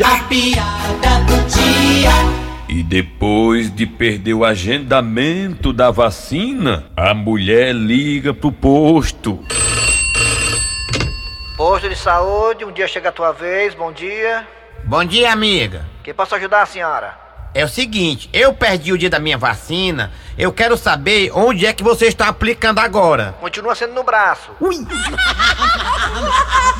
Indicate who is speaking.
Speaker 1: A piada do dia.
Speaker 2: E depois de perder o agendamento da vacina, a mulher liga pro posto.
Speaker 3: Posto de saúde, um dia chega a tua vez, bom dia.
Speaker 4: Bom dia, amiga.
Speaker 3: Que posso ajudar a senhora?
Speaker 4: É o seguinte, eu perdi o dia da minha vacina. Eu quero saber onde é que você está aplicando agora.
Speaker 3: Continua sendo no braço.